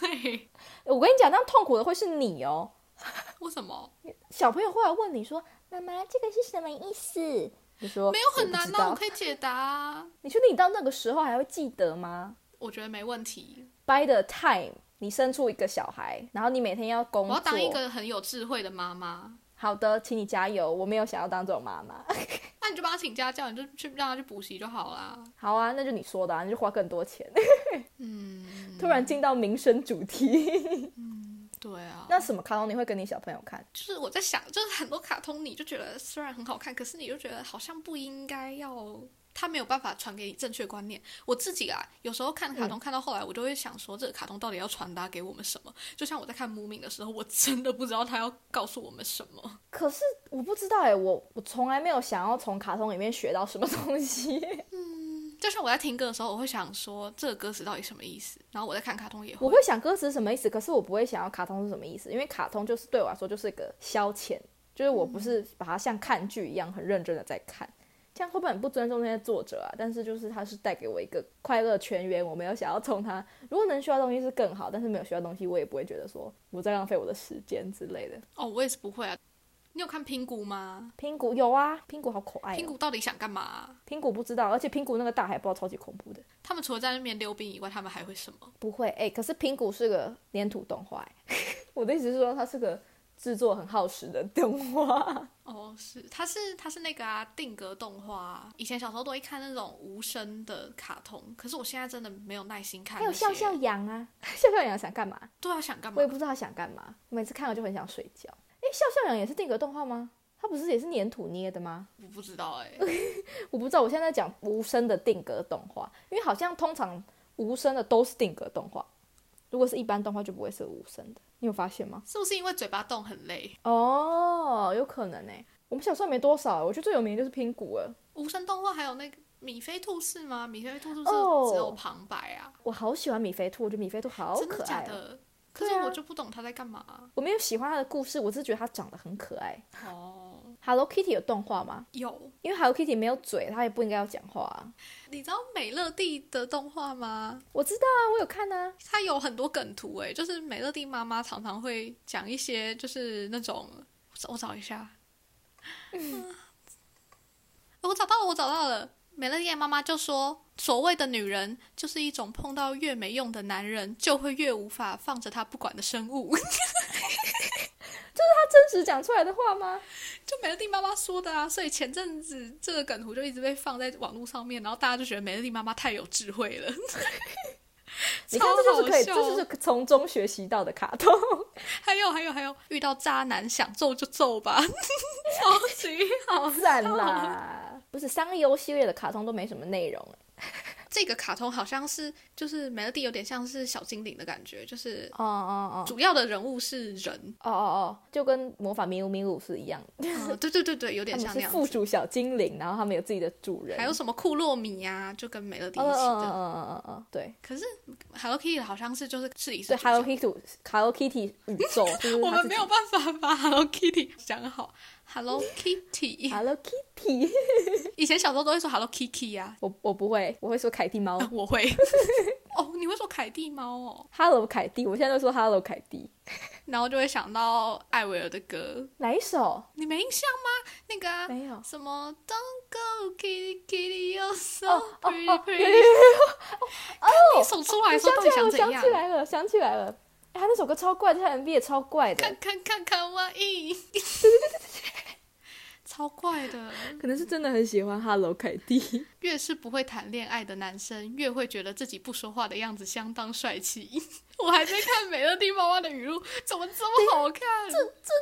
S3: 对，
S2: 我跟你讲，那样痛苦的会是你哦。
S3: 为什么？
S2: 小朋友会来问你说：“妈妈，这个是什么意思？”你说
S3: 没有很难啊，
S2: 以。
S3: 我可以解答啊，
S2: 你确定你到那个时候还会记得吗
S3: 我觉得没问题。
S2: ？By the time 你生出一个小孩，然后你每天要工
S3: 我
S2: 作，
S3: 要当一个很有智慧的妈妈。
S2: 好的，请你加油。我没有想要当这种妈妈。
S3: 那你就帮他请家教，你就去让他去补习就好啦。
S2: 好啊，那就你说的、啊，你就花更多钱。
S3: 嗯，
S2: 突然进到民生主题，
S3: 对啊。
S2: 那什么卡通你会跟你小朋友看？
S3: 就是我在想，就是很多卡通你就觉得虽然很好看，可是你就觉得好像不应该要，它没有办法传给你正确观念。我自己啊，有时候看卡通看到后来，我就会想说，这个卡通到底要传达给我们什么？就像我在看《Moomin》的时候，我真的不知道它要告诉我们什么。
S2: 可是我不知道哎、我我从来没有想要从卡通里面学到什么东西、
S3: 就像我在听歌的时候，我会想说这个歌词到底什么意思，然后我在看卡通也
S2: 我
S3: 会。
S2: 会想歌词什么意思，可是我不会想要卡通是什么意思，因为卡通就是对我来说就是一个消遣，就是我不是把它像看剧一样很认真的在看，嗯这样会不会很不尊重那些作者啊？但是就是它是带给我一个快乐全员，我没有想要从它，如果能学到东西是更好，但是没有学到东西，我也不会觉得说我在浪费我的时间之类的。
S3: 哦，我也是不会啊。你有看拼谷吗？
S2: 拼谷有啊，拼谷好可爱、
S3: 拼
S2: 哦，
S3: 谷到底想干嘛？啊
S2: 拼谷不知道，而且拼谷那个大海报超级恐怖的，
S3: 他们除了在那边溜冰以外，他们还会什么？
S2: 不会哎、可是拼谷是个粘土动画、欸， 我的意思是说它是个制作很耗时的动画。
S3: 哦，是，它是它是那个啊，定格动画啊、以前小时候都会看那种无声的卡通，可是我现在真的没有耐心 看。
S2: 还有笑笑，羊啊， 笑笑羊想干嘛？
S3: 对啊，想干嘛
S2: 我也？不知道他想干嘛。我每次看了就很想睡觉。诶，笑笑羊也是定格动画吗？它不是也是粘土捏的吗？
S3: 我不知道哎、
S2: 我不知道。我现在在讲无声的定格动画，因为好像通常无声的都是定格动画。如果是一般动画就不会是无声的，你有发现吗？
S3: 是不是因为嘴巴动很累？
S2: 哦，有可能呢、我们小时候没多少，我觉得最有名的就是拼骨了。
S3: 无声动画还有那个米菲兔是吗？米菲兔是不是
S2: 哦
S3: 只有旁白啊？
S2: 我好喜欢米菲兔，我觉得米菲兔好
S3: 真
S2: 可
S3: 的假
S2: 爱、哦。
S3: 的？可是
S2: 对啊
S3: 我就不懂他在干 嘛啊、
S2: 我没有喜欢它的故事，我只是觉得它长得很可爱。
S3: 哦，
S2: Hello Kitty 有动画吗？
S3: 有，
S2: 因为 Hello Kitty 没有嘴，它也不应该要讲话、啊。
S3: 你知道美乐蒂的动画吗？
S2: 我知道啊，我有看啊。
S3: 它有很多梗图诶，就是美乐蒂妈妈常常会讲一些，就是那种我找我找一下，嗯、
S2: 嗯
S3: 我找到了我找到了，美乐蒂的妈妈就说，所谓的女人就是一种碰到越没用的男人，就会越无法放着他不管的生物，
S2: 真实讲出来的话吗？
S3: 就美乐蒂妈妈说的啊。所以前阵子这个梗图就一直被放在网络上面，然后大家就觉得美乐蒂妈妈太有智慧了。
S2: 你看，这就是可以，这
S3: 超好笑
S2: 就是从中学习到的卡通。
S3: 还有还有还有，遇到渣男想揍就揍 吧，超级好。
S2: 赞啦！不是商优系列的卡通都没什么内容欸
S3: 这个卡通好像是就是美乐蒂有点像是小精灵的感觉，就是
S2: 哦哦哦
S3: 主要的人物是 人，
S2: 哦哦哦，就跟魔法咪噜咪噜是一样的，
S3: 嗯，对对对对，有
S2: 他
S3: 点
S2: 们
S3: 像那
S2: 是
S3: 样
S2: 附
S3: 子。
S2: 属小精灵，然后他们有自己的主人。
S3: 还有什么库洛米呀、就跟美乐蒂
S2: 嗯
S3: 一
S2: 嗯
S3: 起
S2: 嗯嗯
S3: 的。
S2: 嗯嗯嗯，对
S3: Hello Kitty 好像是就是是里是
S2: 对
S3: 主角
S2: ，Hello Kitty Hello Kitty 宇宙， 就是
S3: 我
S2: 它
S3: 们
S2: 自
S3: 没
S2: 己
S3: 有办法把 Hello Kitty 讲好。Hello Kitty，
S2: Hello Kitty，
S3: 以前小时候都会说 Hello Kitty 呀、
S2: 我我不会，我会说凯蒂猫
S3: 啊， 我会。哦，你会说凯蒂猫哦，
S2: ，Hello 凯蒂，我现在都说 Hello 凯蒂，
S3: 然后就会想到艾薇儿的歌，
S2: 哪一首？
S3: 你没印象吗？那个、啊、
S2: 没有。
S3: 什么 Don't go kitty kitty, you're so
S2: 哦哦
S3: pretty
S2: 哦
S3: pretty。你手出来
S2: 我
S3: 的时
S2: 想
S3: 候到
S2: 起
S3: 底
S2: 来哦了，我
S3: 怎
S2: 想
S3: 样
S2: 起？来了，想起来了。哎，他那首歌超怪，他 MV 也超怪的
S3: 看，看看看哇咦， 超怪的。
S2: 可能是真的很喜欢 Hello 凯 蒂。
S3: 越是不会谈恋爱的男生，越会觉得自己不说话的样子相当帅气。 我还在看美乐蒂妈妈的语录，怎么这么好看？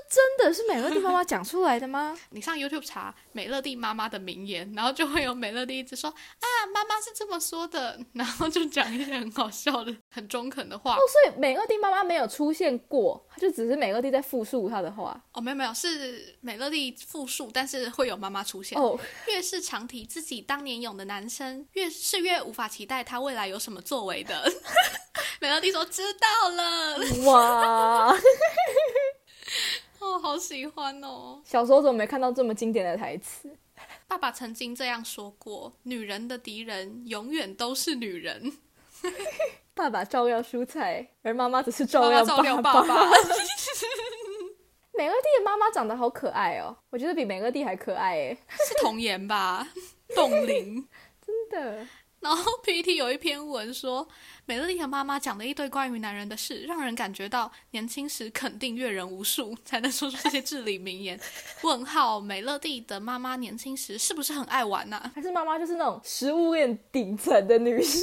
S2: 真的是美乐蒂妈妈讲出来的吗？
S3: 你上 YouTube 查美乐蒂妈妈的名言，然后就会有美乐蒂一直说啊，妈妈是这么说的，然后就讲一些很好笑的、很中肯的 话
S2: 哦，。所以美乐蒂妈妈没有出现过，她就只是美乐蒂在复述她的话。
S3: 哦，没有没有，是美乐蒂复述，但是会有妈妈出现。
S2: 哦，
S3: 越是常提自己当年勇的男生，越是越无法期待他未来有什么作为的。 美乐蒂说：“知道了。
S2: 哇，”
S3: 哦，好喜欢哦。
S2: 小时候怎么没看到这么经典的台词？
S3: 爸爸曾经这样说过：“女人的敌人永远都是女人。
S2: 爸爸照耀蔬菜，而妈妈只是”照
S3: 爸
S2: 耀
S3: 照料
S2: 哦爸
S3: 爸爸。
S2: 美乐蒂的妈妈长得好可爱哦，我觉得比美乐蒂还可爱哎，
S3: 是童颜吧？冻龄。
S2: 真的。
S3: 然后 PPT 有一篇文说，美乐蒂和妈妈讲了一堆关于男人的事，让人感觉到年轻时肯定阅人无数，才能说出这些至理名言。问号，美乐蒂的妈妈年轻时是不是很爱玩呐、啊
S2: 还是妈妈就是那种食物链顶层的女生，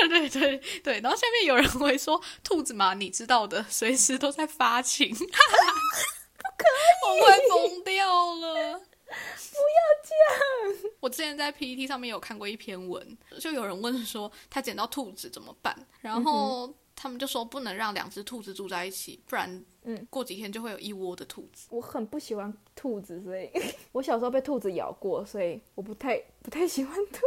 S3: 对 对对对。然后下面有人会说，兔子嘛，你知道的，随时都在发情， 不可以，我快疯掉了。我之前在 PPT 上面有看过一篇文，就有人问说他捡到兔子怎么办，然后他们就说不能让两只兔子住在一起，不然
S2: 嗯
S3: 过几天就会有一窝的兔子。
S2: 我很不喜欢兔子，所以 我小时候被兔子咬过，所以我不太不太喜欢兔。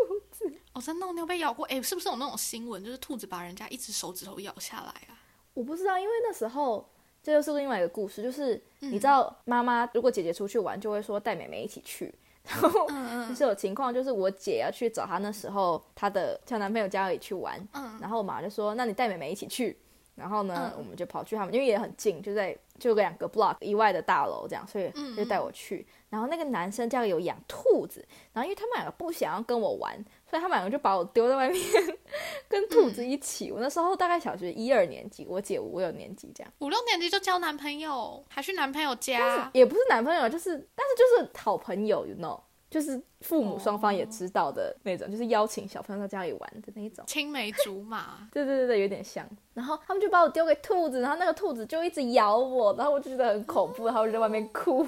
S3: 哦，真的哦，你有被咬过？哎，是不是有那种新闻，就是兔子把人家一只手指头咬下来啊？
S2: 我不知道，因为那时候这就是另外一个故事，就是
S3: 嗯
S2: 你知道妈妈如果姐姐出去玩，就会说带妹妹一起去。然后
S3: 嗯
S2: 就
S3: 嗯
S2: 是有情况，就是我姐要去找她那时候她的小男朋友家里去玩，
S3: 嗯，
S2: 然后我妈就说：“那你带妹妹一起去。”然后呢，
S3: 嗯
S2: 我们就跑去他们，因为也很近，就在就两个 block 以外的大楼这样，所以
S3: 嗯
S2: 就带我去。然后那个男生家里有养兔子，然后因为他们两个不想要跟我玩，所以他们两个就把我丢在外面， 跟兔子一起。我那时候大概小学一二年级，我姐五六年级这样，
S3: 五六年级就交男朋友，还去男朋友家，
S2: 也不是男朋友，就是但是就是好朋友，you know，就是父
S3: 哦
S2: 母双方也知道的那种，就是邀请小朋友到家里玩的那一种。。
S3: 青梅竹马
S2: 对对对对，有点像。然后他们就把我丢给兔子，然后那个兔子就一直咬我，然后我就觉得很恐
S3: 啊
S2: 怖，然后我就在外面哭，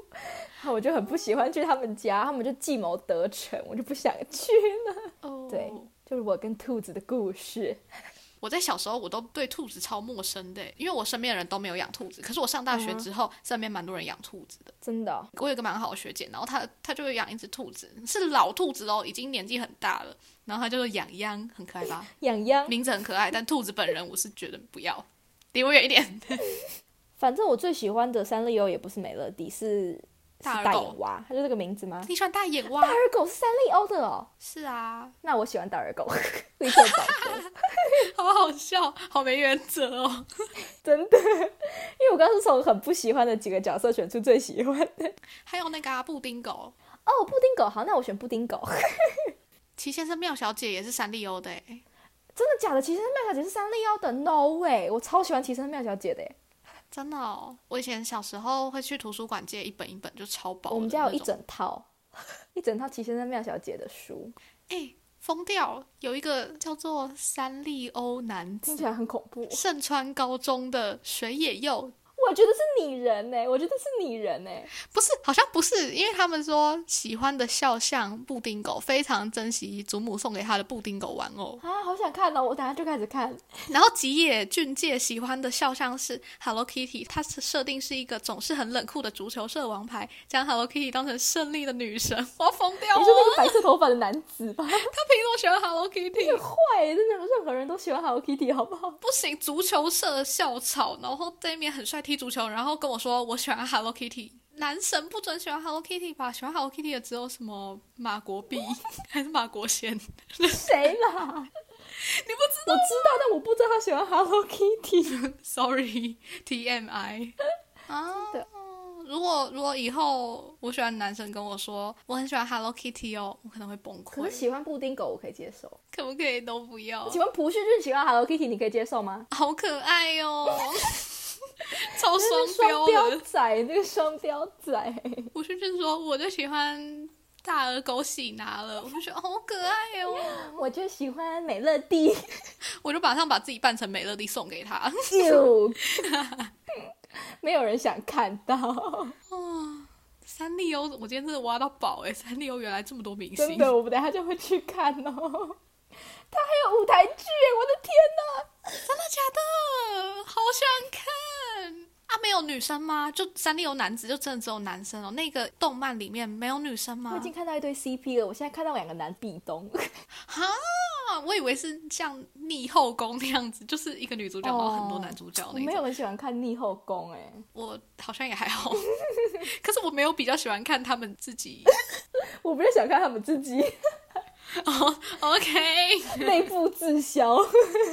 S2: 然后我就很不喜欢去他们家，他们就计谋得逞，我就不想去了。
S3: 哦，
S2: 对就是我跟兔子的故事。
S3: 我在小时候我都对兔子超陌生的，因为我身边的人都没有养兔子。可是我上大学之后，身边蛮多人养兔子的。
S2: 真的哦、
S3: 我有一个蛮好的学姐，然后她她就会养一只兔子，是老兔子哦，已经年纪很大了。然后她叫做养央，很可爱吧？
S2: 痒痒。
S3: 名字很可爱，但兔子本人我是觉得不要，离我远一点。
S2: 反正我最喜欢的三丽鸥也不是美乐蒂，是是
S3: 大耳
S2: 大
S3: 狗
S2: 眼蛙，它就这个名字吗？
S3: 你喜欢大眼 蛙
S2: 大？耳狗是三丽鸥的哦，
S3: 是啊，
S2: 那我喜欢大耳狗， 绿色宝格，
S3: 好好笑，好没原则哦。
S2: 真的，因为我刚刚是从很不喜欢的几个角色选出最喜欢的。
S3: 还有那个、啊、布丁狗，
S2: 哦，布丁狗，好，那我选布丁狗。
S3: 齐先生妙小姐也是三丽鸥的欸诶，
S2: 真的假的？齐声妙小姐是三丽鸥的？No way！我超喜欢齐声妙小姐的耶。
S3: 真的哦。我以前小时候会去图书馆借一本一本，就超薄的那种。
S2: 我们家有一整套， 一整套齐声妙小姐的 书，
S3: 哎，疯掉！有一个叫做三丽鸥男
S2: 听
S3: 子，
S2: 起来很恐怖。
S3: 盛川高中的水野佑，
S2: 我觉得是拟人呢，我觉得是拟人呢。
S3: 不是，好像不是，因为他们说喜欢的肖像布丁狗，非常珍惜祖母送给他的布丁狗玩偶。
S2: 啊，好想看哦！我等下就开始看。
S3: 然后吉野俊介喜欢的肖像是 Hello Kitty，它是设定是一个总是很冷酷的足球社王牌，将 Hello Kitty 当成胜利的女神，我要疯掉了！
S2: 你说那个白色头发的男子 吧，
S3: 他凭什么喜欢 Hello Kitty？
S2: 坏，真的任何人都喜欢 Hello Kitty，好不好？
S3: 不行，足球社的校草，然后对面很帅踢足球，然后跟我说我喜欢 Hello Kitty，男神不准喜欢 Hello Kitty 吧？喜欢 Hello Kitty 的只有什么马国碧还是马国贤？
S2: 谁啦？
S3: 你不知啊
S2: 我知道，但我不知道他喜欢 Hello Kitty。
S3: ？Sorry TMI 啊
S2: 的。
S3: 如果如果以后我喜欢的男生跟我说我很喜欢 Hello Kitty 哦，我可能会崩
S2: 可是
S3: 溃。
S2: 喜欢布丁狗我可以接受，
S3: 可不可以都不要？
S2: 喜欢朴叙俊喜欢 Hello Kitty 你可以接受吗？
S3: 好可爱 哦，超
S2: 那是
S3: 双标的
S2: 标。仔，那个双标仔，
S3: 我是就说，我就喜欢大耳狗喜拿了，我就觉得好可爱哦，
S2: 我就喜欢美乐蒂。
S3: 我就马上把自己扮成美乐蒂送 给他。
S2: 就 没有人想看到，
S3: 哦， 三丽鸥，我今天真的挖到宝哎，三丽鸥原来这么多明
S2: 真
S3: 星，
S2: 的，我们等一下就会去看哦。他还有舞台剧，我的天
S3: 真的假的？好想看啊！没有女生吗？就三丽鸥男子就真的只有男生哦，那个动漫里面没有女生
S2: 哪！我
S3: 吗
S2: 已？经看到一堆 CP 了，我现在看到两个男壁咚。
S3: 哦哈，我以为是像逆后宫那样子， 就是一个女主角然后很多
S2: 哦
S3: 男主角
S2: 我
S3: 那一
S2: 没
S3: 种
S2: 有。很喜欢看逆后宫哎、
S3: 我好像也 还好，可是我没有比较喜欢看他们自己。
S2: 我不是想看他们自己
S3: 哦、o k
S2: 内部自销。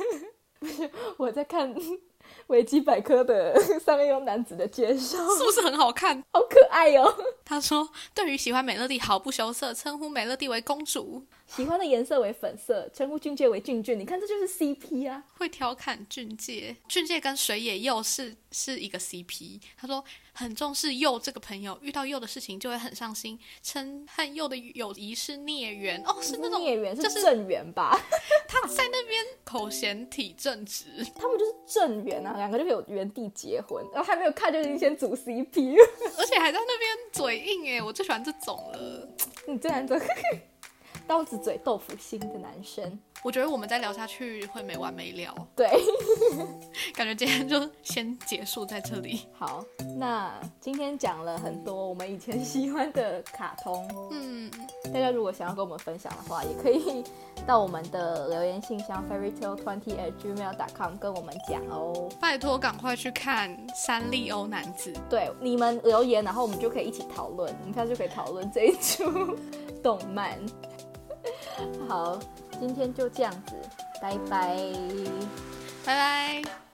S2: 不是，我在看 维基百科的 三个优男子的介绍，
S3: 是不是很好看？
S2: 好可爱哦哟、
S3: 他说，对于喜欢美乐蒂毫不羞涩，称呼美乐蒂为公主，
S2: 喜欢的颜色为粉色，称呼俊介为俊俊，你看这就是 CP 啊。
S3: 会调侃俊介，俊介跟水野佑是是一个 CP。他说很重视佑这个朋友，遇到佑的事情就会很上心，称和佑的友谊是孽缘哦，是那种
S2: 孽缘，
S3: 就是是
S2: 正缘吧？
S3: 他在那边口嫌体正直。
S2: 他们就是正缘啊，两个就可以有原地结婚，然后还没有看就已经先组 CP
S3: 而且还在那边嘴硬哎，我最喜欢这种了。
S2: 你这男的， 刀子嘴豆腐心的男生，
S3: 我觉得我们再聊下去会没完没了，
S2: 对，
S3: 感觉今天就先结束在这里。
S2: 好，那今天讲了很多我们以前喜欢的卡通，
S3: 嗯，
S2: 大家如果想要跟我们分享的话，也可以 到我们的留言信箱 fairytale twenty at gmail.com 跟我们讲哦。
S3: 拜托赶快去看《三丽鸥男子》。
S2: 对，你们留言，然后我们就可以一起讨论，我们下次就可以讨论这一出动漫。 好，今天就这样子，拜拜。
S3: 拜拜。